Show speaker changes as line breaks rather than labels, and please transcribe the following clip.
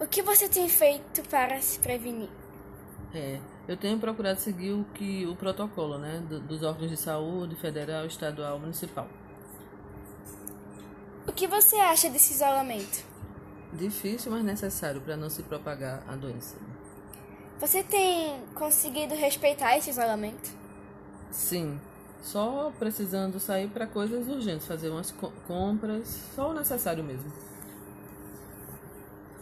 O que você tem feito para se prevenir?
É, eu tenho procurado seguir o que o protocolo, né, do- dos órgãos de saúde federal, estadual, municipal.
O que você acha desse isolamento?
Difícil, mas necessário para não se propagar a doença.
Você tem conseguido respeitar esse isolamento?
Sim, só precisando sair para coisas urgentes, fazer umas co- compras, só o necessário mesmo.